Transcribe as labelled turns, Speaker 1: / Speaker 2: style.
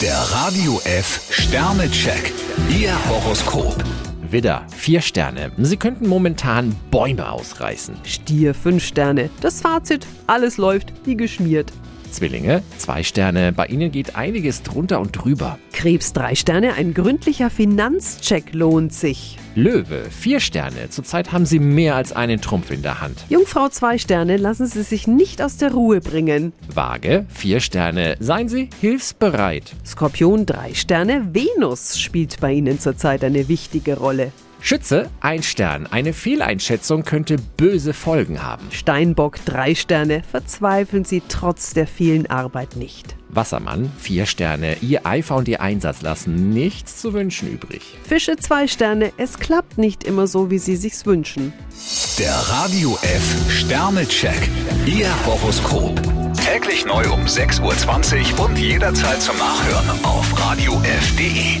Speaker 1: Der Radio F Sternecheck. Ihr Horoskop.
Speaker 2: Widder, vier Sterne. Sie könnten momentan Bäume ausreißen.
Speaker 3: Stier 5 Sterne. Das Fazit, alles läuft wie geschmiert.
Speaker 2: Zwillinge, zwei Sterne. Bei Ihnen geht einiges drunter und drüber.
Speaker 3: Krebs 3 Sterne, ein gründlicher Finanzcheck lohnt sich.
Speaker 2: Löwe, vier Sterne. Zurzeit haben Sie mehr als einen Trumpf in der Hand.
Speaker 3: Jungfrau 2 Sterne, lassen Sie sich nicht aus der Ruhe bringen.
Speaker 2: Waage, vier Sterne. Seien Sie hilfsbereit.
Speaker 3: Skorpion 3 Sterne, Venus spielt bei Ihnen zurzeit eine wichtige Rolle.
Speaker 2: Schütze, ein Stern. Eine Fehleinschätzung könnte böse Folgen haben.
Speaker 3: Steinbock 3 Sterne, verzweifeln Sie trotz der vielen Arbeit nicht.
Speaker 2: Wassermann, vier Sterne. Ihr Eifer und Ihr Einsatz lassen nichts zu wünschen übrig.
Speaker 3: Fische 2 Sterne, es klappt nicht immer so, wie Sie sich's wünschen.
Speaker 1: Der Radio F Sternecheck. Ihr Horoskop. Täglich neu um 6.20 Uhr und jederzeit zum Nachhören auf Radio E. radiof.de.